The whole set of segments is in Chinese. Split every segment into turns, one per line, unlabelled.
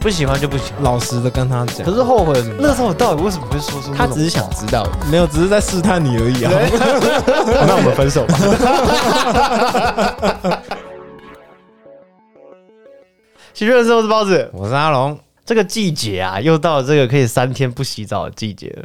不喜欢就不喜欢。
老实的跟他讲
可，是后悔了什么？那时候我到底为什么会说出这种？
他只是想知道，
没有，只是在试探你而已啊。
那我们分 手吧。
喜热的时候是包子。
我是阿龙，
这个季节啊，又到了这个可以三天不洗澡的季节了。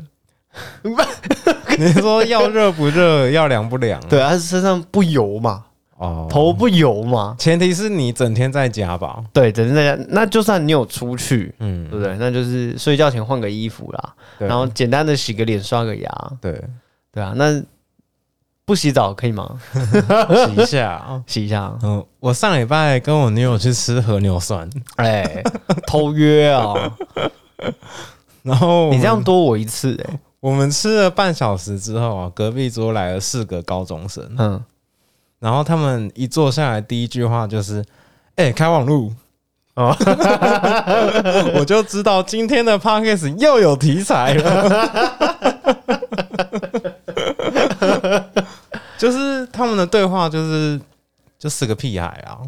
你说要热不热，要凉不凉？
对啊，他身上不油嘛，
哦，
头不油嘛。
前提是你整天在家吧？
对，整天在家，那就算你有出去，
嗯
对，不对？那就是睡觉前换个衣服啦，
对
然后简单的洗个脸、刷个牙，
对，
对啊。那不洗澡可以吗？
洗一下啊。
洗一下，
嗯，我上礼拜跟我女友去吃和牛涮，
哎、 偷约啊、
然后我
你
们
这样多我一次、哎，
我们吃了半小时之后啊，隔壁桌来了四个高中生，
嗯，
然后他们一坐下来，第一句话就是：“哎、开网路。”哦
哦，
我就知道今天的 podcast 又有题材了。 就是他们的对话，就是就是个屁孩啊，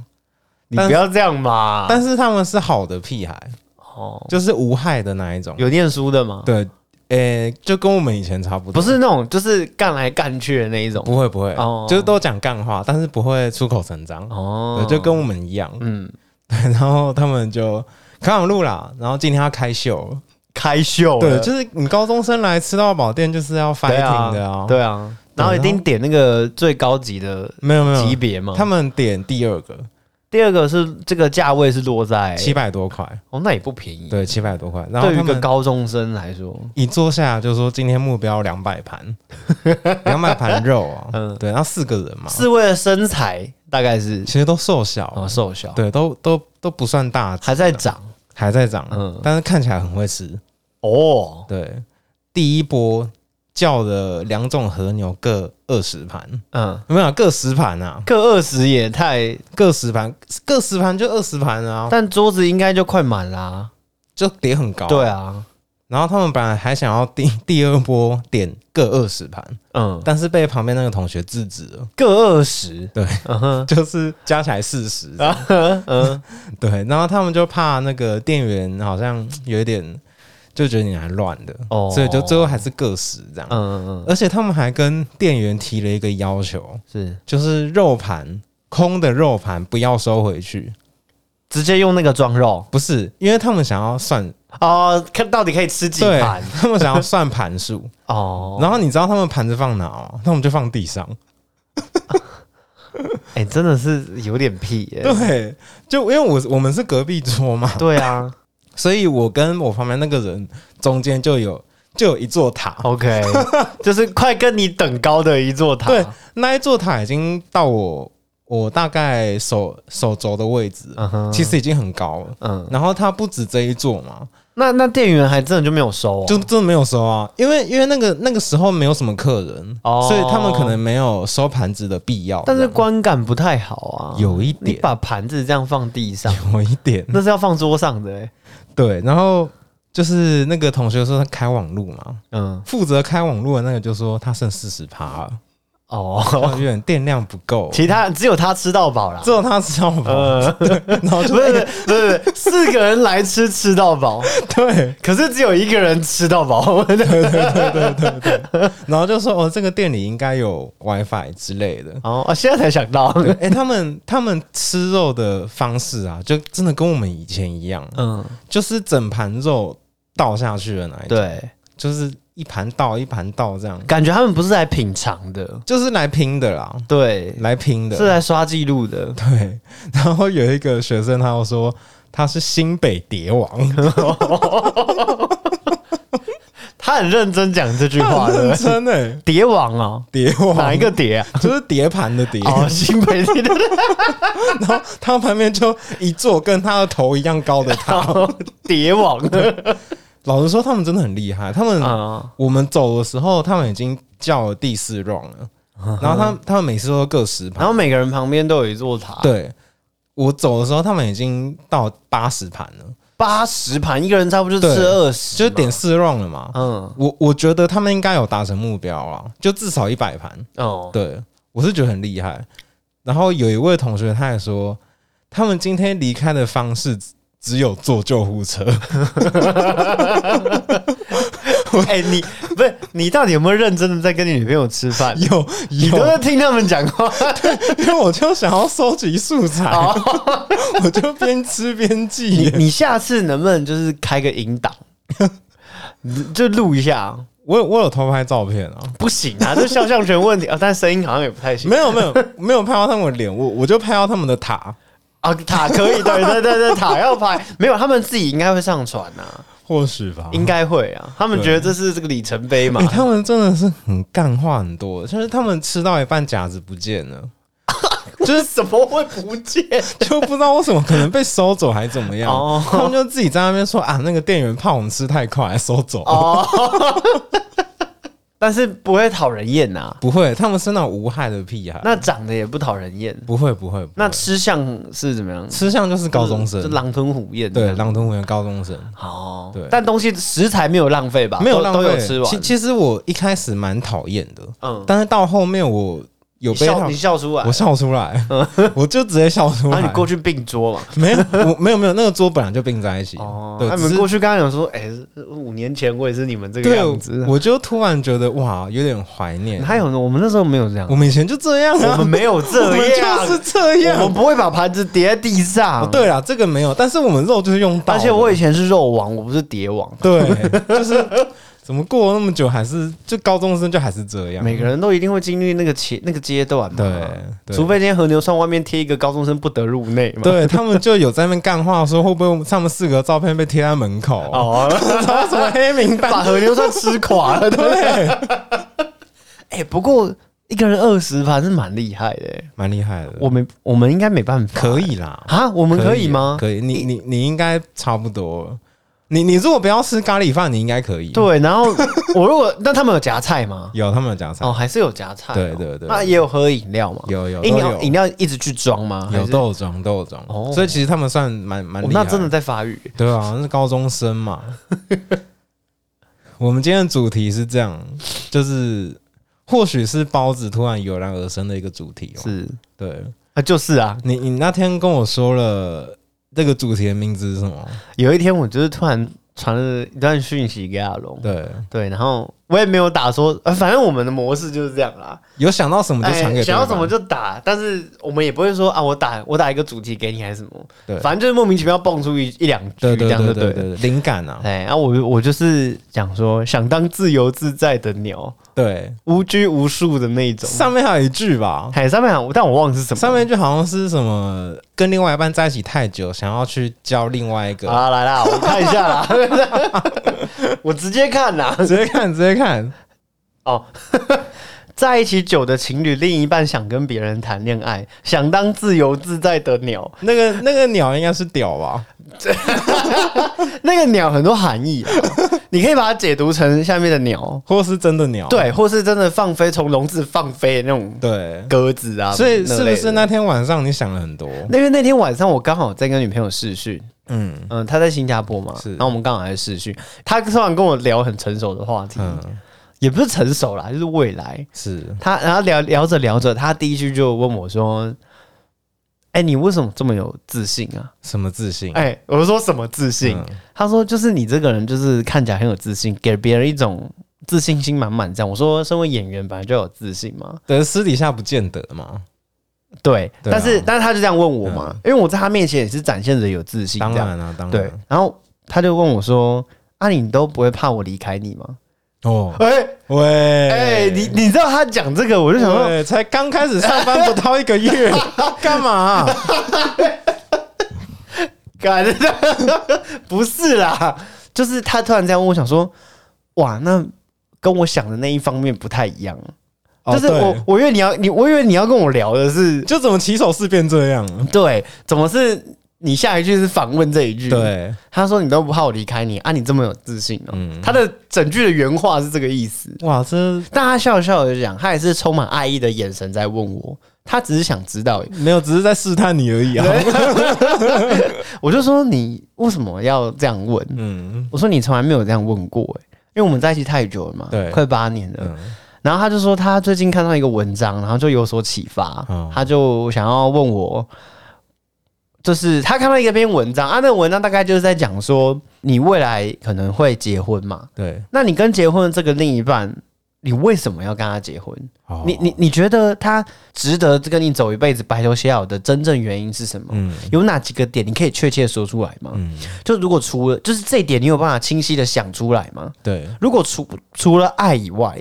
你
但
不
是
要这样嘛。
但是他们是好的屁孩，
啊哦，
就是无害的那一种。
有念书的吗？，
对，诶、就跟我们以前差不多。
不是那种就是干来干去的那一种。
不会不会，
哦
就是都讲干话，但是不会出口成章，
哦
对，，就跟我们一样。
嗯，
然后他们就开网路啦，然后今天要开秀，
开秀
对，
了
就是你高中生来吃到饱店就是要 fighting
哦对
的
啊
啊，，
对啊，然后一定点那个最高级的
没有没
级
有，
别嘛。
啊他们点第二个
第二个是这个价位是落在
七百多块，
哦，那也不便宜。，
对，七百多块，然后
哎对于
他
一个
们
高中生来说，
一坐下来就说今天目标两百盘，两百盘肉啊，
嗯
对，然后四个人嘛，
是为了身材，大概是
其实都瘦啊小
哦
啊，
瘦小，
对，都都都不算大只，
还在长
还在长，
嗯
但是看起来很会吃。
哦，
对，第一波叫了两种和牛各二十盘，
嗯，
有没有各十盘啊？
各二十也太，
各十盘，各十盘就二十盘啊，
但桌子应该就快满啦。
就叠很高。，
对啊，
然后他们本来还想要第 第二波点各二十盘，
嗯，
但是被旁边那个同学制止了，
各二十，
对
嗯哼，
就是加起来四十。
嗯，
对，然后他们就怕那个店员好像有一点就觉得你还乱的，
哦
所以就最后还是各十这样。
嗯嗯嗯，
而且他们还跟店员提了一个要求，
是
就是肉盘空的肉盘不要收回去，
直接用那个装肉
不是因为他们想要算，
哦，看到底可以吃几
对
盘，
他们想要算盘数。
哦。
然后你知道他们盘子放哪吗？他们就放地上。
哎、真的是有点屁耶、
对，就因为我我们是隔壁桌嘛，
对啊
所以我跟我旁边那个人中间就有就有一座塔，
，OK，就是快跟你等高的一座塔。
对，那一座塔已经到我我大概手手肘的位置了，
嗯哼，
其实已经很高了。
嗯，
然后它不止这一座嘛，
那那店员还真的就没有收、哦，
就真的没有收啊，因为因为那个那个时候没有什么客人，
哦
所以他们可能没有收盘子的必要。
但
这
是
样
观感不太好啊。
有一
你
点，
把盘子这样放地上，
有一点，
那是要放桌上的、欸。
对。然后就是那个同学说他开网路嘛，
嗯，
负责开网路的那个就说他剩四十趴，
哦，
有点电量不够，
其他只有他吃到饱啦
只。有他知道吧？
呃，不是
然后 就
不是不是，不是四个人来吃吃到饱，
对，
可是只有一个人吃到饱。
然后就说哦，这个店里应该有 WiFi 之类的。
哦，啊，现在才想到，
对，哎、他们他们吃肉的方式啊，就真的跟我们以前一样，
嗯，
就是整盘肉倒下去的那一种，
对，
就是一盘倒一盘倒这样，
感觉他们不是来品尝的，
就是来拼的啦，
对，
来拼的。。
是来刷记录的
对。然后有一个学生，他又说他是新北蝶王，
他很认真讲这句
他
话
很认
的。
真哎、
蝶王哦，
蝶王
哪一个蝶啊？
就是碟盘的碟，
哦， 新北地的
然后他旁边就一座跟他的头一样高的 塔。
哦蝶王
老实说，他们真的很厉害。他们、
啊，
我们走的时候，他们已经叫了第四 round 了，然后他们他们每次都各十盘
啊然，后每个人旁边都有一座塔，，
对我走的时候，他们已经到八十盘了，
八十盘，一个人差不多就
对
吃二十，
就是点，四 round 了嘛。
嗯，
我我觉得他们应该有达成目标啊，就至少一百盘。
哦，
对我是觉得很厉害，然后有一位同学他也说，他们今天离开的方式只只有坐救护 车。
哎、你不是你到底有没有认真的在跟你女朋友吃饭？
有
你都
有，
在听他们讲 话，
因为我就想要收集素材， 我就边吃边
你
记。
你下次能不能就是开个引导，你就录一下？啊
我有我有偷拍照片啊，
不行啊，这肖像权问题啊，但声音好像也不太行
没有没有没有拍到他们的脸，我我就拍到他们的塔，
啊。塔可以，对对对对，塔要拍，没有，他们自己应该会上传啊，
或许吧。
应该会啊，他们觉得这是这个里程碑嘛
欸，。他们真的是很干话很多，就是他们吃到一半夹子不见了，
就是怎么会不见？
就不知道为什么可能被收走还怎么样，
哦
他们就自己在那边说啊，那个店员怕我们吃太快收走，
哦 但是不会讨人厌啊呐，
不会，他们是那种无害的屁孩，
那长得也不讨人厌，
不会不会，不会
那吃相是怎么样？
吃相就是高中生
就，狼吞虎咽。
对，狼吞虎咽高中生。
好，
对
但东西食材没有浪费吧？
没有
都
浪
都
费，
有吃
其
完。
其实我一开始蛮讨厌的，
嗯，
但是到后面我有
你
被
笑
他
你，笑出来
我，笑出来， 我就直接笑出
然
来。
后你过去并桌嘛。
没有，我没有没有，那个桌本来就并在一起。
哦，
对，
那你
只
们
是
过去刚刚有说，哎、五年前我也是你们这个样子嗯
对，。我就突然觉得哇，有点怀念。
还有呢，我们那时候没有这样，
我们以前就这 样
我
啊，
们没有
我们
这样，
就是这
我们
样。
不会把盘子叠在地上。
哦，对啦，这个没有，但是我们肉就是用到的。
而且我以前是肉王，我不是碟王。
对， 就是怎么过了那么久，还是就高中生就还是这样。
每个人都一定会经历那个阶那个阶段嘛，
对，对
除非今天和牛串外面贴一个高中生不得入内嘛。
对他们就有在那边干话，说会不会我们他们四个照片被贴在门口，
哦，
然 后什么黑名单，
把和牛串吃垮 了，对 不对？
对，
哎、不过一个人二十盘是蛮厉害的、欸，
蛮厉害的，
我们我们应该没办法，
可以啦，
啊？我们可以吗？
可以，你你你应该差不多，你你如果不要吃咖喱饭，你应该可以，，
对，然后我如果那他们有夹菜吗？
有他们有讲啥
哦，？还是有夹菜哦、
对对对
那也有喝饮料吗？
有有
饮
都
料
有
饮料一直去装吗？还
有
是
豆种豆种
哦，
所以其实他们算蛮蛮
哦
厉害，
那真的在发育
对啊，那是高中生嘛。我们今天的主题是这样，就是或许是包子突然油然而生的一个主题哦。
是
对
啊，就是啊，
你，你那天跟我说了这个主题的名字是什么？
有一天我就是突然传了一段讯息给阿龙，
对，
对，然后我也没有打说，呃，反正我们的模式就是这样啦，
有想到什么就传给、
哎想要什么，就打，但是我们也不会说啊，我打我打一个主题给你还是什么，
对
反正就是莫名其妙蹦出一一两句
对
这
对
样
对
就
对
对了。
对，灵感啊，
哎，啊，我我就是讲说，想当自由自在的鸟，
对，
无拘无束的那种。
上面还有一句吧，
海上面好，但我忘了是什么。
上面就好像是什么跟另外一半在一起太久，想要去交另外一个，
啊，来啦，我看一下啦， 我直接看啦。
直接看直接看，
哦， 在一起久的情侣，另一半想跟别人谈恋爱，想当自由自在的鸟。
那个那个鸟应该是屌吧？
那个鸟很多含义啊， 你可以把它解读成下面的鸟，
或是真的鸟？
对，或是真的放飞，从笼子放飞的那种
对，
鸽子啊。
所以
那
是
类的
不是？那天晚上你想了很多？
那因为那天晚上我刚好在跟女朋友视讯，
嗯
嗯，她在新加坡嘛，
是
然后我们刚好在视讯，她突然跟我聊很成熟的话题，
嗯，
也不是成熟啦，就是未来。
是
他然后聊聊着聊着，他第一句就问我说：“哎、你为什么这么有自信啊
什么自？”信？
哎、我就说什么自信？
嗯
他说：“就是你这个人，就是看起来很有自信，给别人一种自信心满满。”这样我说：“身为演员，本来就有自信嘛。
对，私底下不见得嘛，”
对，
对
但
啊
是但是他就这样问我嘛，因为我在他面前也是展现着有自信，
当
这样
然啊，当
对
然。。
然后他就问我说：“啊，你都不会怕我离开你吗
哦？”，
哎
喂，
哎、你你知道他讲这个，我就想说，
对，才刚开始上班不到一个 月，干嘛啊、
感 不是啦，就是他突然这样问我，想说，哇，那跟我想的那一方面不太一样。
哦
就是我，
对
我以为你要你，我以为你要跟我聊的是，
就怎么起手式变这样？
对，怎么是你下一句是反问这一句？，
对，
他说你都不怕我离开你啊，你这么有自信哦、
嗯
他的整句的原话是这个意思，
哇，这
但他笑笑的讲，他也是充满爱意的眼神在问我，他只是想知道而已，
没有，只是在试探你而已啊。
我就说你为什么要这样问？
嗯
我说你从来没有这样问过、欸，因为我们在一起太久了嘛，
对
快八年了。
嗯，
然后他就说他最近看到一个文章，然后就有所启发，
嗯
他就想要问我，就是他看到一个篇文章啊，那个文章大概就是在讲说你未来可能会结婚嘛，
对，
那你跟结婚的这个另一半，你为什么要跟他结婚？
哦
你你你觉得他值得跟你走一辈子白头偕老的真正原因是什么？
嗯
有哪几个点你可以确切说出来吗？
嗯，
就如果除了就是这一点，你有办法清晰的想出来吗？
对，
如果除除了爱以外，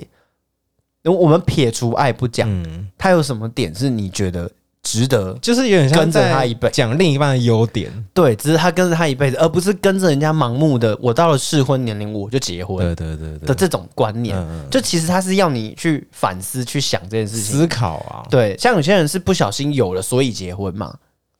我们撇除爱不讲，
嗯，
他有什么点是你觉得值得？
就是有点像
跟着
在
他一辈
讲另一半的优点，
对，只是他跟着他一辈子，而不是跟着人家盲目的，我到了适婚年龄我就结婚
对对对
的
对，
这种观念。
嗯，嗯
就其实他是要你去反思、去想这件事情。
思考啊，
对，像有些人是不小心有了，所以结婚嘛。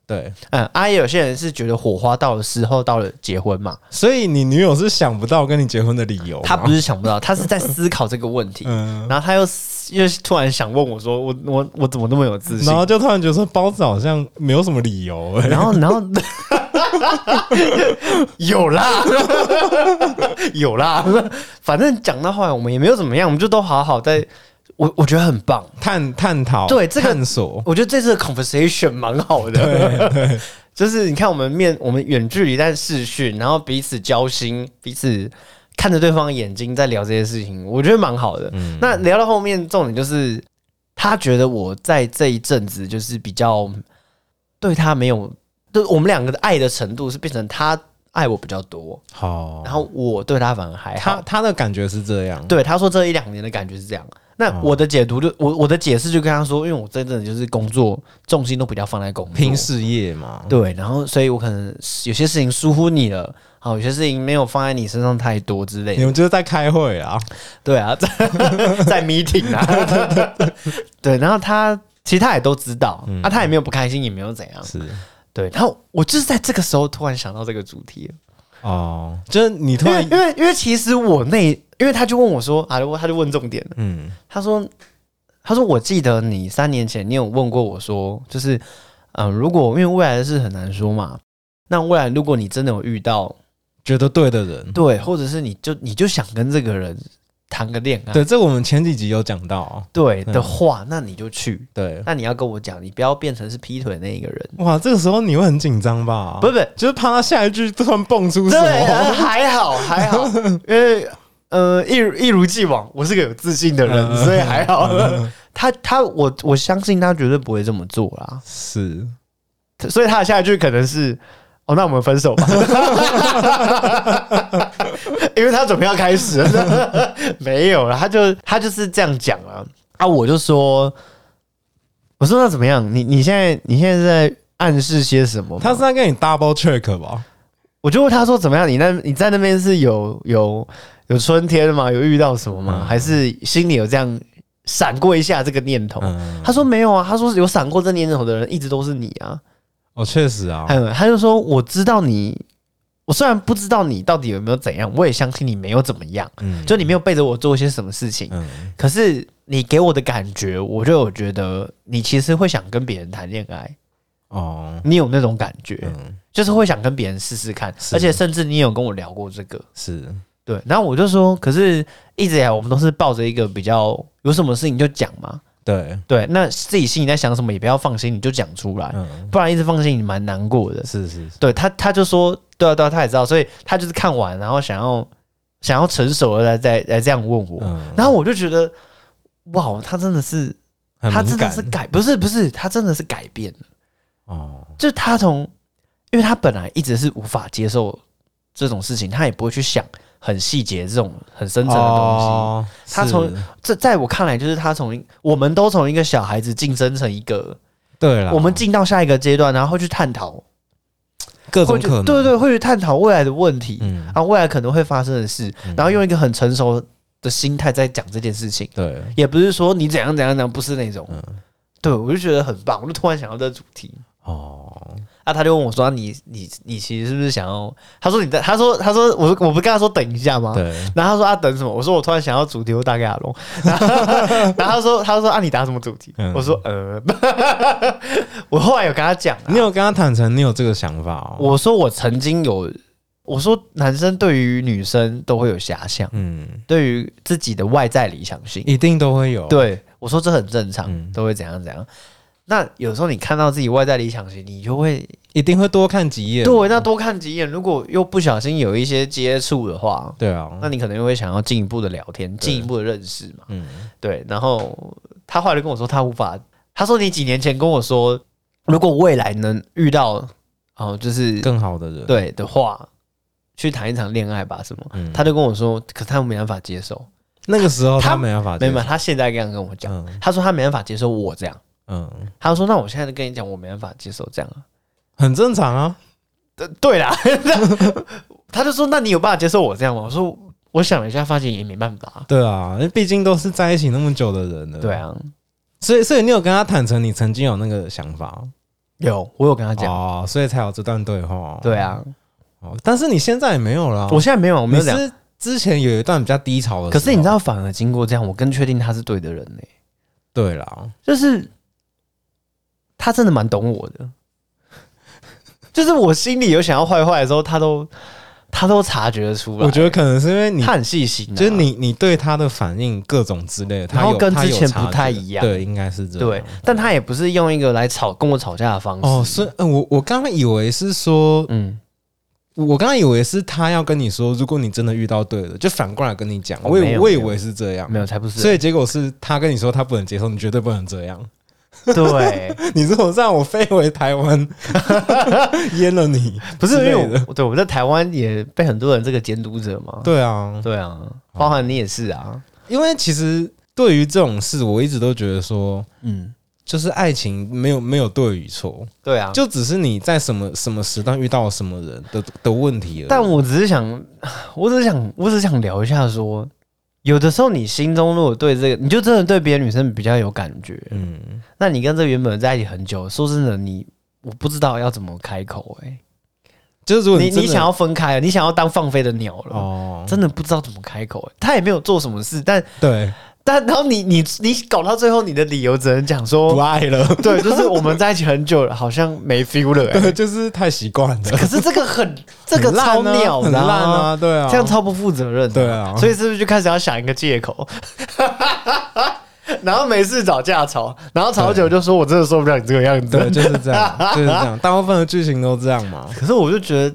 对，
嗯，啊，也有些人是觉得火花到了时候到了结婚嘛。
所以你女友是想不到跟你结婚的理由吗，
他不是想不到，他是在思考这个问题，
嗯，
然后他又又突然想问我说：“我我我怎么那么有自信
然后就突然觉得说包子好像没有什么理由？”，欸
然后，然后有啦，有啦，反正讲到后来，我们也没有怎么样，我们就都好好在。我我觉得很棒，
探探讨，
对这个
探索，
我觉得这次的 conversation 蛮好的，就是你看我们面我们远距离在视讯，然后彼此交心，彼此看着对方的眼睛在聊这些事情，我觉得蛮好的。
嗯
那聊到后面，重点就是他觉得我在这一阵子就是比较对他没有，对我们两个的爱的程度是变成他爱我比较多，
好，
然后我对他反而还
他
好。
他的感觉是这样，
对，他说这一两年的感觉是这样。
嗯
那我的解读就我我的解释就跟他说，因为我这阵子就是工作重心都比较放在工作，
拼事业嘛，
对，然后所以我可能有些事情疏忽你了，好，有些事情没有放在你身上太多之类
你
的。
们就是在开会啊，
对啊， 在在 meeting 啊， 对，然后他其实他也都知道，
嗯
啊，他也没有不开心，也没有怎样。
是
对，然后我就是在这个时候突然想到这个主题了，
哦，就是你突
因为
然
因为因为其实我那，因为他就问我说啊，他就问重点了。
嗯
他说：“他说我记得你三年前你有问过我说，就是嗯、呃如果因为未来的事很难说嘛，那未来如果你真的有遇到
觉得对的人，
对，或者是你就你就想跟这个人谈个恋爱，
对，这我们前几集有讲到啊，
对
嗯
的话，那你就去。
对，
那你要跟我讲，你不要变成是劈腿那一个人，
哇，这个时候你会很紧张吧？
不是不是，
就是啊怕他下一句突然蹦出哦什
对，呃
么，
还好还 好，因为呃一如一如既往，我是个有自信的人，
嗯
所以还好。他他我我相信他绝对不会这么做啦。”
是
所以他的下一句可能是：“哦，那我们分手吧。” 因为他准备要开始了， 没有了，他就他就是这样讲啊啊！我就说，我说那怎么样？你你现在你现在是在暗示些什么吗？
他是在跟你 double check 吧？
我就问他说怎么样？你那你在那边是有有有春天吗？有遇到什么吗？
嗯
还是心里有这样闪过一下这个念头？
嗯，
他说没有啊，他说有闪过这念头的人一直都是你啊。
哦，确实啊，
还有，他就说：“我知道你，我虽然不知道你到底有没有怎样，我也相信你没有怎么样，
嗯，
就你没有背着我做些什么事情。
嗯，
可是你给我的感觉，我就有觉得你其实会想跟别人谈恋爱，
哦，
你有那种感觉，
嗯，
就是会想跟别人试试看。
是
而且甚至你有跟我聊过这个，
是，
对。然后我就说，可是一直以来我们都是抱着一个比较有什么事情就讲嘛，
对，
对。那自己心里在想什么也不要放心，你就讲出来，
嗯，
不然一直放心你蛮难过的。”
是是是，
对他，他就说，对啊，对啊，他也知道，所以他就是看完，然后想要想要成熟的来再来这样问我，
嗯，
然后我就觉得，哇，他真的是，
很
他
敏
真的
感
是改，不是不是，他真的是改变了，
哦，
就他从，因为他本来一直是无法接受这种事情，他也不会去想很细节这种很深层的东西。
哦
他
是
从这在我看来，就是他从我们都从一个小孩子晋升成一个，
对啊了，
我们进到下一个阶段，然后去探讨，
各种
会去
可能，
对，对，会去探讨未来的问题。
嗯，
啊，未来可能会发生的事，
嗯
然后用一个很成熟的心态在讲这件事情，
对，
也不是说你怎样怎样怎样，不是那种。
嗯
对，我就觉得很棒，我就突然想到这个主题。
哦，
啊，他就问我说：“你你你其实是不是想要？”他说：“你在。”他说：“他说我我不是跟他说等一下吗？”
对，
然后他说：“啊，等什么？”我说：“我突然想要主题，我打给阿龙。” 然后他说：“他说啊，你打什么主题？”
嗯
我说：“呃， 我后来有跟他讲啊、
你有跟他坦诚你有这个想法哦？
我说我曾经有我说男生对于女生都会有遐想，
嗯，
对于自己的外在理想性，
一定都会有。，
对我说这很正常，
嗯
都会怎样怎样。那有时候你看到自己外在理想型，你就会
一定会多看几眼。
对那多看几眼。如果又不小心有一些接触的话，
对啊，
那你可能又会想要进一步的聊天，进一步的认识嘛。
嗯，
对，然后他后来就跟我说，他无法，他说你几年前跟我说，如果未来能遇到，哦、就是
更好的人，，
对的话，去谈一场恋爱吧，什么？
嗯
他就跟我说，可他没办法接受，
那个时候
他
他没办法
没
接
有
受，
没有，他现在这样跟我讲，
嗯
他说他没办法接受我这样，
嗯，
他说那我现在就跟你讲，我没办法接受这样啊，
很正常啊。
对对啦， 他就说那你有办法接受我这样吗？我说我想了一下，发现也没办法啊，
对啊，因为毕竟都是在一起那么久的人了。
对，啊，
所以所以你有跟他坦诚你曾经有那个想法
有我有跟他讲，
哦，所以才有这段对话。
对啊，
哦，但是你现在也没有了。
我现在没有，我没有
你
讲。
是之前有一段比较低潮的，
哦可是你知，道，反而经过这样，我更确定他是对的人呢、
对啦，
就是他真的蛮懂我的， 就是我心里有想要坏坏的时候，他都他都察觉得出来。
我觉得可能是因为你
他很细心、啊，
就是你你对他的反应各种之类的，他
然后
有
跟
他有
之前
察
不太
觉
一样
对，应该是这样。
对，但他也不是用一个来吵跟我吵架的方式。
哦，所以、呃我我刚刚以为是说，
嗯，
我刚刚以为是他要跟你说，如果你真的遇到对了，就反过来跟你讲。
哦
我
没
以
有
我以
没有
为是这样，
没有，才不是。
所以结果是他跟你说他不能接受，你绝对不能这样。
对，
你如果让我飞回台湾， 阉了你，
不是因
之类
为
的
我对我在台湾也被很多人这个监督者嘛。
对啊，
对啊，包含你也是啊。
因为其实对于这种事，我一直都觉得说，
嗯，
就是爱情没有没有对与错，
对啊。
就只是你在什么什么时段遇到什么人的的问题而已。
但我只是想， 我只是想，我只是想聊一下说，有的时候你心中如果对这个，你就真的对别的女生比较有感觉，
嗯，
那你跟这个原本在一起很久，说真的，你我不知道要怎么开口哎、
就是如果
你
真的
你想要分开了，你想要当放飞的鸟了。
哦，
真的不知道怎么开口、欸，他也没有做什么事，但
对，
但然后你你你搞到最后，你的理由只能讲
不
说，
爱了，
对，就是我们在一起很久了，好像没 feel 了、欸。
对，就是太习惯了，
可是这个很这个
很烂啊
超鸟
很
的、
烂啊，对啊，
这样超不负责任的。
对啊
所以是不是就开始要想一个借口？ 然后没事找架吵，然后吵久就说我真的受不了你这个样
对，
子。
就是这样，就是这样，大部分的剧情都这样嘛。
可是我就觉得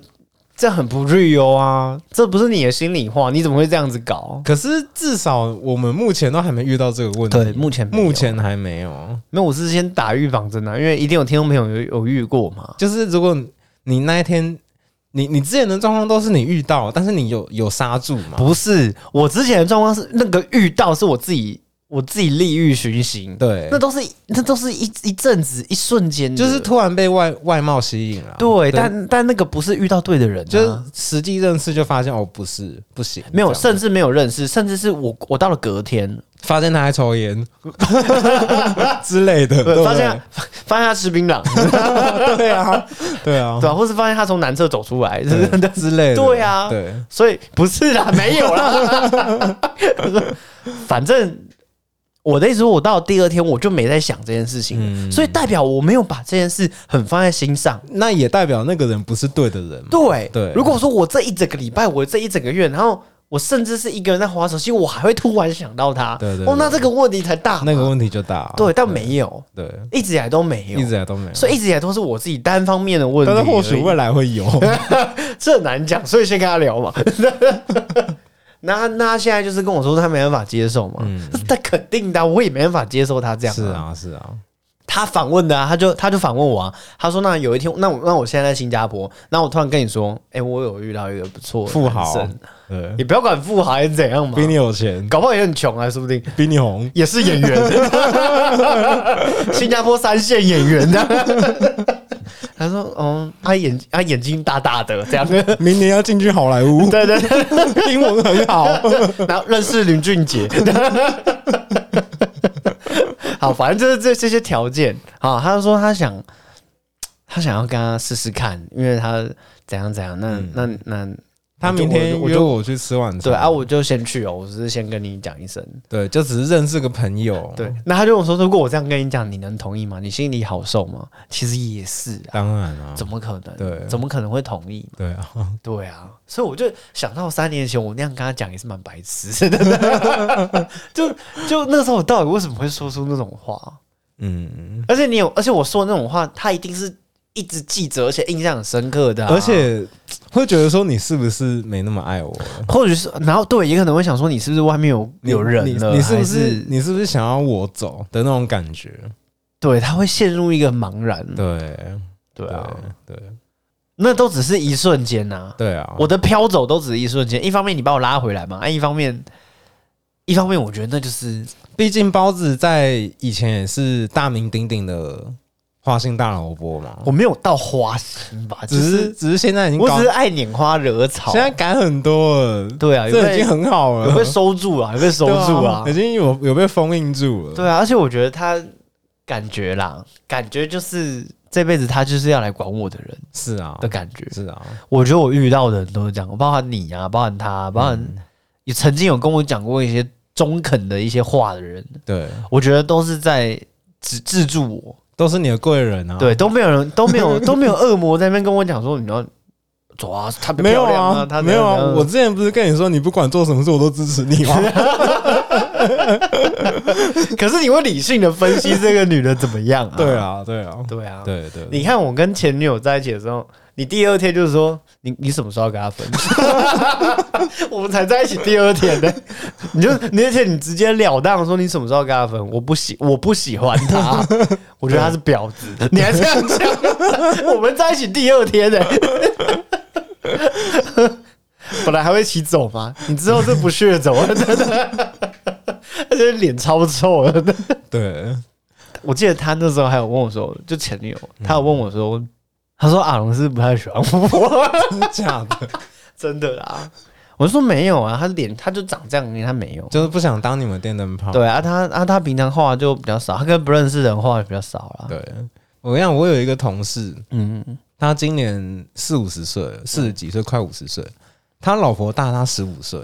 这样很不 real 啊，这不是你的心里话，你怎么会这样子搞？
可是至少我们目前都还没遇到这个问题，
对，目前没有
目前还没有。
没有，我是先打预防针啊，因为一定有听众朋友有有遇过嘛。
就是如果你那一天，你你之前的状况都是你遇到，但是你有有刹住嘛？
不是，我之前的状况是那个遇到是我自己我自己利欲熏心，
对
那，都是那都是一一阵子一瞬间的，
就是突然被外外貌吸引了。
对，但但那个不是遇到对的人、啊，
就是实际认识就发现哦，不是不行，
没有，
这样
甚至没有认识，甚至是我我到了隔天，
发现他还 抽烟之类的，对不对，
发现他 发现他吃槟榔，
对啊，对啊
对，吧、或是发现他从男厕走出来，是不是
对之类的，
对啊
对，
所以不是啦，没有啦， 反正。我的意思说，我到第二天我就没在想这件事情了，
嗯
所以代表我没有把这件事很放在心上。
那也代表那个人不是对的人嘛。
对
对
如果说我这一整个礼拜，我这一整个月，然后我甚至是一个人在划手机，我还会突然想到他，
对对
哦，
对
那这个问题才大嘛。
那个问题就大了，
啊对，但没有，
对，
一直以来都没有，
一直以来都没有，
所以一直以来都是我自己单方面的问题而
但是
已。
或许未来会有，
这很难讲，所以先跟他聊嘛。 那那他现在就是跟我说他没办法接受嘛，
嗯
那肯定的啊，我也没办法接受他这样、
是，啊是啊，
他反问的啊，他就他就反问我啊，他说那有一天，那我那我现在在新加坡，那我突然跟你说，哎、我有遇到一个不错的
富豪
男生，
对，
你不要管富豪还是怎样嘛
比，你有钱，
搞不好也很穷啊，说不定。
比你红，
也是 演员，新加坡三线演员的。他说：“嗯，他眼他眼睛大大的这样， 对
明年要进军好莱 坞，
对对，
英文很 好，
然后认识林俊杰。好，反正就是这这些条件啊。他就说他想，他想要跟他试试看，因为他怎样怎样。那、那那
他明天
我就我就
约我去吃晚餐，
对啊，我就先去哦，我只是先跟你讲一声。
对，就只是认识个朋友，
对，，那他就问我说，如果我这样跟你讲，你能同意吗？你心里好受吗？其实也是啊，
当然啊，
怎么可能？
对
怎么可能会同意？
对啊，
对啊，所以我就想到三年前我那样跟他讲也是蛮白痴的， 就就那时候我到底为什么会说出那种话？
嗯，
而且你有，而且我说的那种话，他一定是一直记着，而且印象很深刻的啊、
而且会觉得说你是不是没那么爱我了？
或许是，然后对，也可能会想说你是不是外面有
你
有人
你
了，
你是
还
不
是
是你是不是想要我走的那种感觉？
对他会陷入一个茫然？
对，
嗯对啊，
对，对
那都只是一瞬间呐、
对啊，
我的飘走都只是一瞬间，一方面你把我拉回来嘛，哎，一方面，一方面我觉得那就是
毕竟包子在以前也是大名鼎鼎的花心大萝卜嘛，
我没有到花心吧，
只
就是
只是现在已经
我
搞
只是爱拈花惹草。
现在改很多了，
对啊，有
这已
被
经很好了，
有被收住啊，有被收
对
住啊
啊，，已经有有被封印住了。
对啊，而且我觉得他感觉啦，感觉就是这辈子他就是要来管我的人
是啊
的，感觉。
是啊，
我觉得我遇到的人都是这样，包含你啊，包含
嗯
他，包含也曾经有跟我讲过一些中肯的一些话的人，
对，
我觉得都是在止制住我。
都是你的贵人啊。
对，都没有人都没有都没有恶魔在那边跟我讲说你要走啊，她
没有
漂亮啊，她
没有啊！我
我
之前不是跟你说，你不管做什么事，我都支 持你吗？
啊可是你会理性的分析这个女的怎么样啊？
对，啊，对啊，
对啊，
对对，
你看我跟前女友在一起的时候，你第二天就是说你你什么时候要跟她 分？我们才在一起第二天呢，你就你而且你直截了当地说你什么时候要跟她分？我不喜我不喜欢她，我觉得她是婊 子，你还这样讲？我们在一起第二天呢。本来还会一起走吗？你之后是不屑走了，真的， 而且脸超臭的。
对，
我记得他那时候还有问我说，就前女友，他有问我说，
嗯
他说阿龙是不是不太喜欢 我，
真的假的，
真的啦。我就说没有啊，他脸他就长这样，他没有。
就是不想当你们电灯泡。
对啊，他啊他平常话就比较少，他跟不认识人话也比较少啦。
对，我跟你讲，我有一个同事，
嗯，
他今年四五十岁了，四十几岁，快五十岁。他老婆大他十五岁，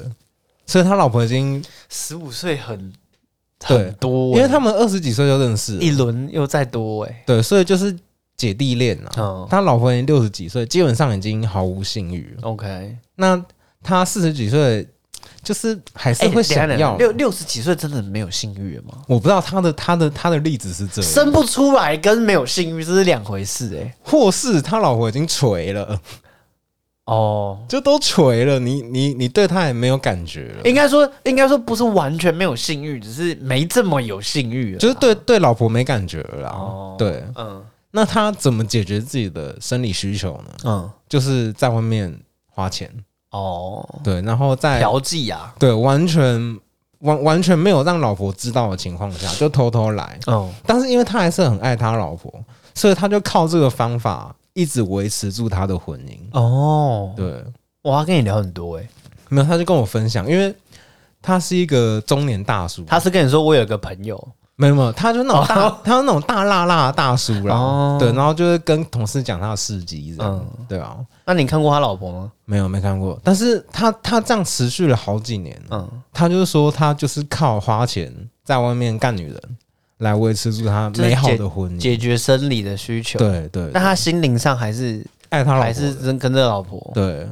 所以他老婆已经，
十五岁很
对
很多欸、
因为他们二十几岁就认识了
一轮又再多哎、
对，所以就是姐弟恋啊。
嗯
他老婆已经六十几岁，基本上已经毫无性欲了。
，OK，哎、
那他四十几岁，就是还是会
等一下
想
哎等一下
要。
六六十几岁真的没有性欲了吗？
我不知道他的他的他的例子是这样，
生不出来跟没有性欲这是两回事哎、
或是他老婆已经垂了，
哦，
就都垂了，你你你对他也没有感觉了，
应该说，应该说不是完全没有性欲，只是没这么有性欲了。
就是对对老婆没感觉了啦。
哦
对，
嗯
那他怎么解决自己的生理需求呢？
嗯
就是在外面花钱，
哦，
对，然后在
调剂啊，
对完全完完全没有让老婆知道的情况下，就偷偷来。
嗯
但是因为他还是很爱他老婆，所以他就靠这个方法一直维持住他的婚姻。
哦，
对，
我要跟你聊很多哎、
没有，他就跟我分享，因为他是一个中年大叔，
他是跟你说我有个朋友，
没有没有，他就那种大，他是那种大辣辣的大叔啦。
哦嗯
对，然后就是跟同事讲他的事迹这样，对啊，
那你看过他老婆吗？
没有没看过，但是他他这样持续了好几年，啊
嗯，
他就是说他就是靠花钱在外面干女人来维持住他美好的婚姻。
解决生理的需求。
嗯对对，
那他心灵上还是
爱他老婆
还是跟跟着老婆
对，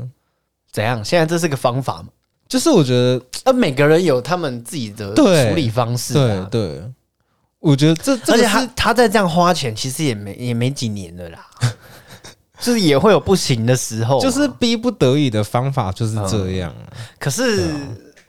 怎样？现在这是个方法嘛？
就是我觉得
那每个人有他们自己的
对
处理方式、
对
啊，
对，我觉得这这
而且
个
他
是
他再这样花钱，其实也没也没几年了啦， 就是也会有不行的时候啊、
就是逼不得已的方法就是这样。啊
可是、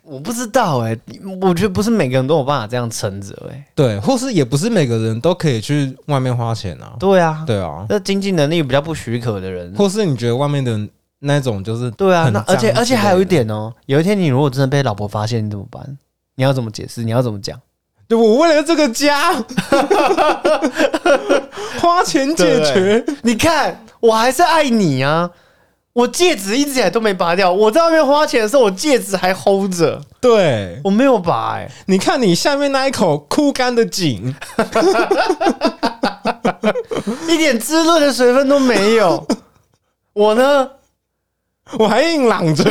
我不知道哎、我觉得不是每个人都有办法这样撑着哎。
对，或是也不是每个人都可以去外面花钱啊。
对啊，
对啊，
那经济能力比较不许可的人，
或是你觉得外面的那种就是
对啊，那
很脏
而且
之类的
而且还有一点哦、有一天你如果真的被老婆发现，你怎么办？你要怎么解释？你要怎么讲？
就我为了这个 家花钱解决，
你看，我还是爱你啊。我戒指一直以来都没拔掉，我在外面花钱的时候，我戒指还 hold 着，
对，
我没有拔哎、
你看你下面那一口枯干的井，
一点滋润的水分都没有。我呢，
我还硬朗着。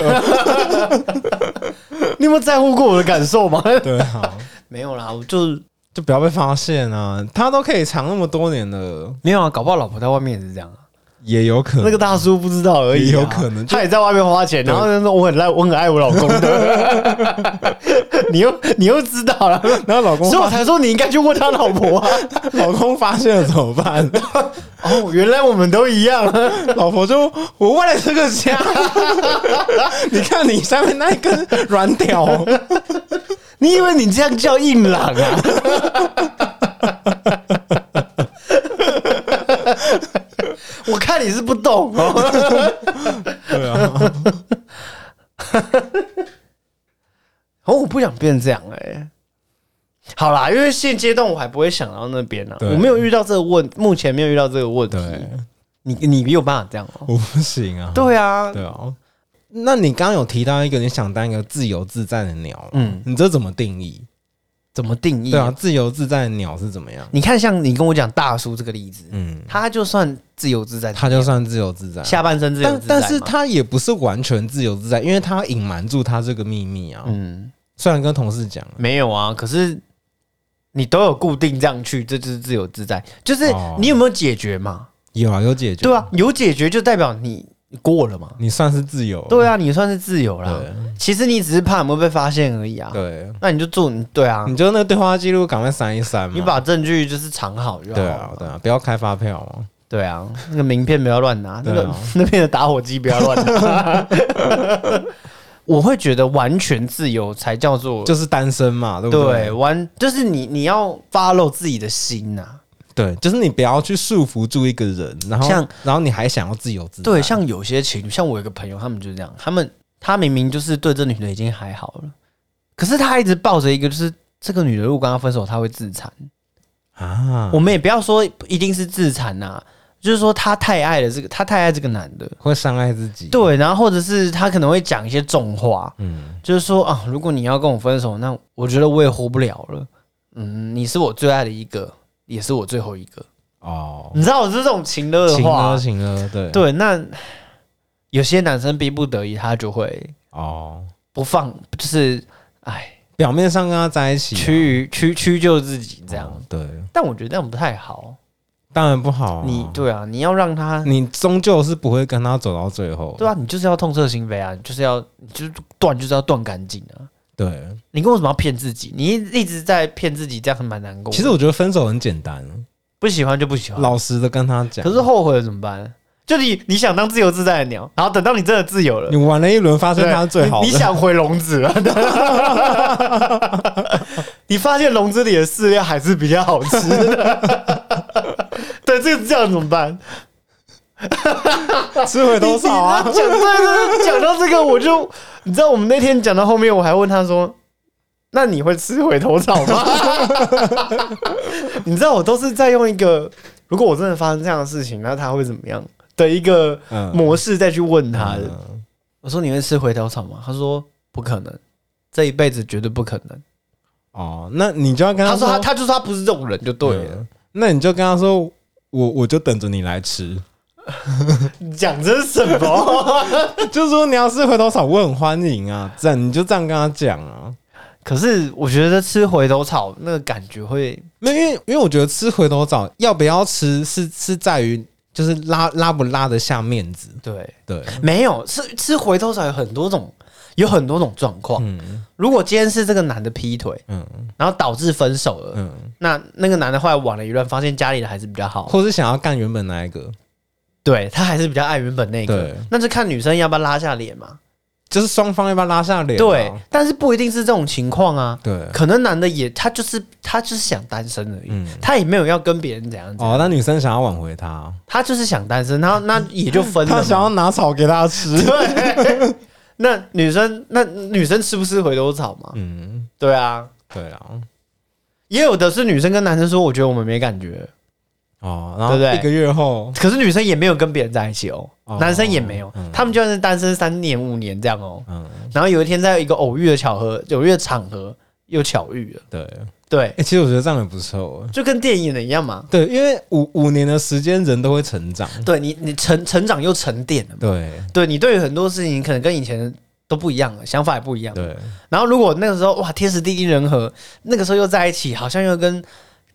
你有没有在乎过我的感受吗？
对啊，
没有啦，我就
就不要被发现啊！他都可以藏那么多年了，
没有啊，搞不好老婆在外面也是这样啊。
也有可能
那个大叔不知道而已、啊，
也有可能就
他也在外面花钱，然后他说我很爱我很爱我老公的， 你又你又知道了，
然后老公
所以我
发
才说你应该去问他老婆啊。
老公发现了怎么 办？
哦，原来我们都一样，啊
老婆就我为了这个 家，你看你上面那一根软 屌，
你以为你这样叫硬朗 啊？我看你是不懂哦。
对啊，
哦，我不想变这样哎、好啦，因为现阶段我还不会想到那边呢、啊
对
我没有遇到这个问，目前没有遇到这个问题。
对，
你你有办法这样哦、
我不行啊，
对啊，
对啊。那你刚刚有提到一个你想当一个自由自在的鸟，
嗯
嗯，你这怎么定义？
怎么定义？
对啊，，自由自在的鸟是怎么样？
你看，像你跟我讲大叔这个例子，
嗯，
他就算自由自在，
它就算自由自在，
下半身自由
但
自在嘛，
但是它也不是完全自由自在，因为它隐瞒住它这个秘密啊。
嗯
虽然跟同事讲了，
没有啊，可是你都有固定这样去，这就是自由自在，就是
哦
你有没有解决嘛？
有啊有解决，
对啊，有解决就代表你过了嘛。
你算是自由，
对啊，你算是自由啦。
哦对
其实你只是怕有没有被发现而已啊。
对，嗯
那你就做你对啊，
你就那个对话记录赶快删一删嘛。
你把证据就是藏好就好
对
了
啊对啊，不要开发票嘛。
对啊，那个名片不要乱拿，那
对啊
个 那边的打火机不要乱拿。 我会觉得完全自由才叫做
就是单身嘛，对不
对
对？
完，就是你你要 follow 自己的心啊呐、
对，就是你不要去束缚住一个人，然后
像
然后你还想要自由自在。
对，像有些情侣，像我有个朋友，他们就是这样，他们他明明就是对这女的已经还好了，可是他一直抱着一个就是这个女的如果跟他分手，他会自残。
啊，
我
我
们也不要说一定是自残呐、就是说他太爱了这个，他太爱这个男的。
会伤害自己。，
对，然后或者是他可能会讲一些重话，
嗯，
就是说啊，如果你要跟我分手，那我觉得我也活不了了。嗯，你是我最爱的一个，也是我最后一个。
哦，
你知道我是这种情勒的
情
话
了，情了，对，
对。那有些男生逼不得已，他就会
哦，
不放，就是哎，
表面上跟他在一起啊
屈于屈屈就自己这样。
哦对，
但我觉得这样不太好。
当然不好啊。
你对啊，你要让他，
你终究是不会跟他走到最后。
对啊，你就是要痛彻心扉啊，你就是要，你就是断，就是要断干净啊。
对，
你跟我什么要骗自己？你一一直在骗自己，这样很蛮难过的。
其实我觉得分手很简单，
不喜欢就不喜欢，
老实的跟他讲。
可是后悔了怎么办？就你你想当自由自在的鸟，然后等到你真的自由了
你，玩了一轮，发现
对
他是最好的。
你你想回笼子了， 你发现笼子里的饲料还是比较好吃的。 对，这个这样怎么办？
吃回多少啊？
你？你讲对对，讲到这个，我就你知道，我们那天讲到后面，我还问他说：“那你会吃回头草吗？” 你知道，我都是在用一个如果我真的发生这样的事情，那他会怎么样的一个
嗯
模式再去问他的。
嗯
我说：“你会吃回头草吗？”他说：“不可能。”这一辈子绝对不可能。
哦，那你就要跟
他
说
说他他就说他不是这种人就对了。
嗯那你就跟他说我我就等着你来吃，
你嗯讲这是什么？
就是说你要是回头草，我很欢迎啊，这样你就这样跟他讲啊。
可是我觉得吃回头草那个感觉会
没有，因为因为我觉得吃回头草要不要吃是是在于就是拉拉不拉得下面子，
对，
对，
没有吃吃回头草有很多种，有很多种状况。
嗯
如果今天是这个男的劈腿，
嗯
然后导致分手了，
嗯，
那那个男的后来玩了一乱，发现家里的还是比较好，
或是想要干原本那一个，
对他还是比较爱原本那个
对。
那就看女生要不要拉下脸嘛。
就是双方要不要拉下脸啊、
对，但是不一定是这种情况啊。
对，
可能男的也他就是他就是想单身而已，
嗯
他也没有要跟别人怎样子，
哦，那女生想要挽回他，
他就是想单身，然后那也就分了
他
嘛。
想要拿草给他吃，
对， 那女生那女生吃不吃回头草嘛？
嗯，
对啊，
对啊。
也有的是女生跟男生说，我觉得我们没感觉，
哦，然
对不
后
对
一个月后，
可是女生也没有跟别人在一起哦，
哦
男生也没有，
嗯
他们就算是单身三年五年这样哦，
嗯，
然后有一天在一个偶遇的巧合，偶遇的场合又巧遇了，
对，
对，
欸其实我觉得这样也不错欸。
就跟电影的一样嘛。
对，因为五五年的时间，人都会成长。
对你，你成成长又沉淀了嘛。
对
对你对于很多事情，可能跟以前都不一样了，想法也不一样。
对，
然后如果那个时候哇，天时地利人和，那个时候又在一起，好像又跟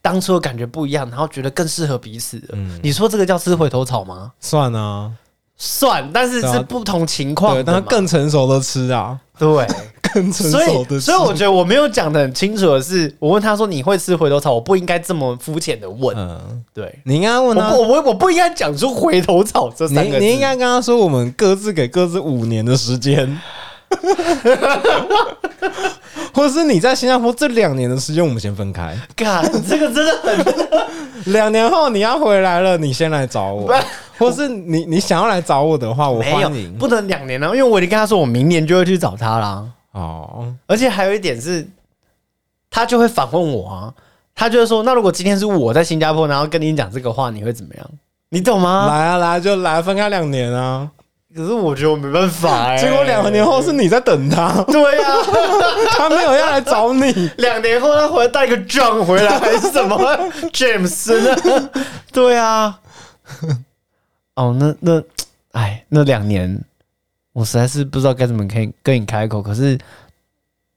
当初的感觉不一样，然后觉得更适合彼此了。
嗯，
你说这个叫吃回头草吗？
算啊，
算，但是
对啊
是不同情况
对，
的
但
嘛。
是更成熟的吃啊，
对，
更成
所
熟
以
的吃。
所以我觉得我没有讲的很清楚的是，我问他说你会吃回头草，我不应该这么肤浅的问。
嗯，
对，
你应该
我
问
不
他，
我不我不应该讲出回头草这三
你
个字。
你应该跟他说，我们各自给各自五年的时间， 或者是你在新加坡这两年的时间，我们先分开，
干这个真的很
两年后你要回来了，你先来找我，或是你你想要来找我的 话，我
没有
欢迎。
不能两年哦了，因为我已经跟他说我明年就会去找他啦。
哦，
而且还有一点是，他就会反问我啊，他就会说，那如果今天是我在新加坡，然后跟你讲这个话，你会怎么样？你懂吗？
来啊来啊就来，分开两年啊，
可是我觉得我没办法哎、，
结果两年后是你在等他
对呀、
啊他没有要来找你。
两年后他回来带一个 John 回来还是什么 James 呢？ 对啊，哦，那那哎，那两年我实在是不知道该怎么跟跟你开口，可是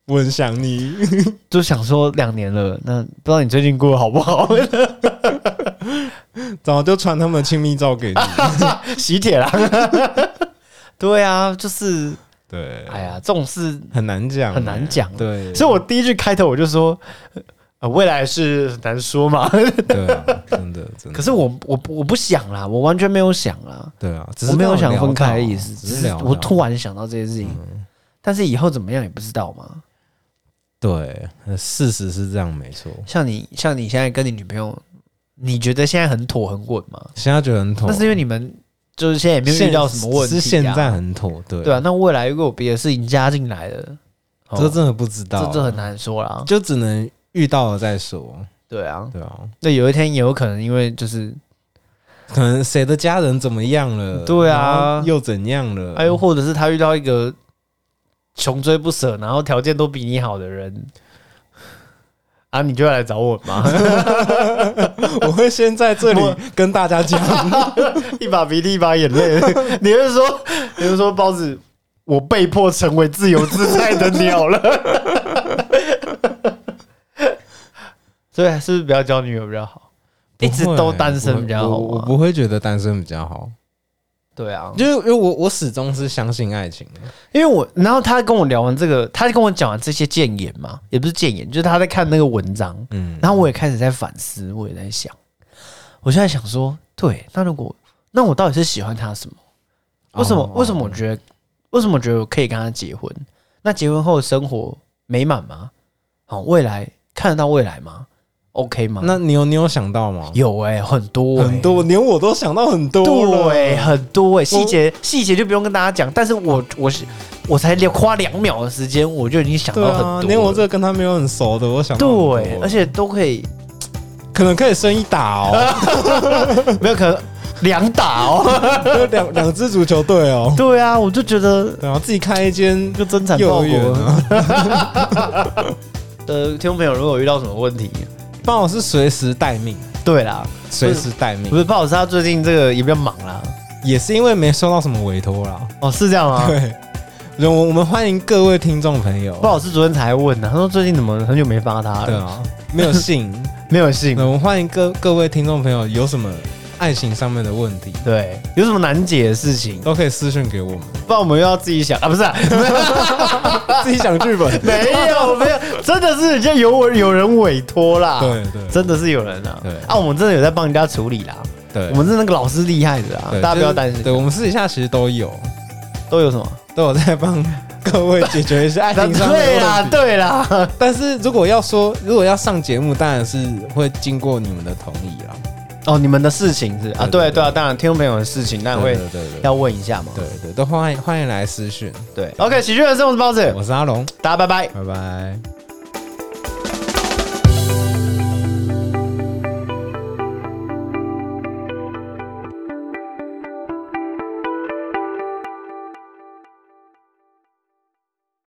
我很想你，
就想说两年了，那不知道你最近过得好不好？
早就传他们的亲密照给你。
喜帖 啦，对啊，就是
对，
哎呀，这种事
很难讲，欸
很难讲
对，
所以我第一句开头我就说，呃，未来是很难说嘛。
对啊，真的 真的。
可是我我不我不想啦，我完全没有想啦，
对啊，只
我
是
没有
刚好
想
聊
分开的
到
意思，只
只
是
聊
我
到嗯
突然想到这件事情。但是以后怎么样也不知道嘛。
对，呃事实是这样，没错。
像你像你现在跟你女朋友，你觉得现在很妥很稳吗？
现在觉得很妥，
那是因为你们就是现在也没有
现
遇到什么问题、啊，
是现在很妥，对
对啊。那未来如果有别的事情加进来了，哦
这真的不知道，啊
这这很，难说啦。
就只能遇到了再说，
对啊，
对啊。
那有一天也有可能因为就是，
可能谁的家人怎么样了？
对啊
然后又怎样了？
哎呦，，或者是他遇到一个穷追不舍，然后条件都比你好的人，啊，你就要来找我嘛，
我会先在这里跟大家讲，
一把鼻涕一把眼泪， 你会说，你会说包子，我被迫成为自由自在的鸟了， 所以还是不要交女友比较好， 一直都单身比较好
我我我
啊。
不会觉得单身比较好，
对啊，
就是因为我我始终是相信爱情的。
因为我，然后他跟我聊完这个，他跟我讲完这些谏言嘛，也不是谏言，就是他在看那个文章，
嗯，
然后我也开始在反思，我也在想，我现在想说，对，那如果那我到底是喜欢他什么？为什么？
哦
为什么我觉得？为什么我觉得我可以跟他结婚？那结婚后的生活美满吗？好，未来看得到未来吗？OK 吗？
那你有你有想到吗？
有哎、很多、欸、
很多，连我都想到很多了。
对，很多哎、细节细节就不用跟大家讲，但是我我是我才两花两秒的时间，我就已经想到
对
很
啊，
多了。
连我这个跟他没有很熟的，我想到很多
对，而且都可以
可能可以生一打 哦，
没有可能两打 哦。
就两两支足球队哦，
对啊，我就觉得
然后自己开一间
就真惨
幼
报
儿园
国。
啊。
呃，听众朋友，如果有遇到什么问题，
帮我是随时待命，
对啦，
随时待命
不，是鲍老师他最近这个也比较忙啦。
也是因为没收到什么委托啦。
哦，是这样吗？
对，我我们欢迎各位听众朋友。
鲍老师昨天才问呢、他说最近怎么很久没发他
对
了，
啊，没有信，
没有信
对。啊我们欢迎各各位听众朋友，有什么爱情上面的问题，
对，有什么难解的事情，
都可以私讯给我 们，
不然我们又要自己想啊，不是啊、
自己想剧本。
没有没有，真的是人家有我有人委托啦，，
对对
真的是有人啊，
对
啊，我们真的有在帮人家处理啦，
对，
我们是那个老师厉害的啊，
对
大家不要
就是
担心，
对我们私底下其实都有
都有什么？
都有在帮各位解决一些爱情上面
对
的
啦
问题。
对啦，
但是如果要说，如果要上节目，当然是会经过你们的同意啦。
哦，你们的事情是啊，
对
对
对
对啊，当然听众朋友的事情，当然会
对对对对
要问一下嘛，
对对，都欢迎欢迎来私讯。
对，OK，喜剧人生我是包子，
我是阿龙，
大家拜拜。
拜拜。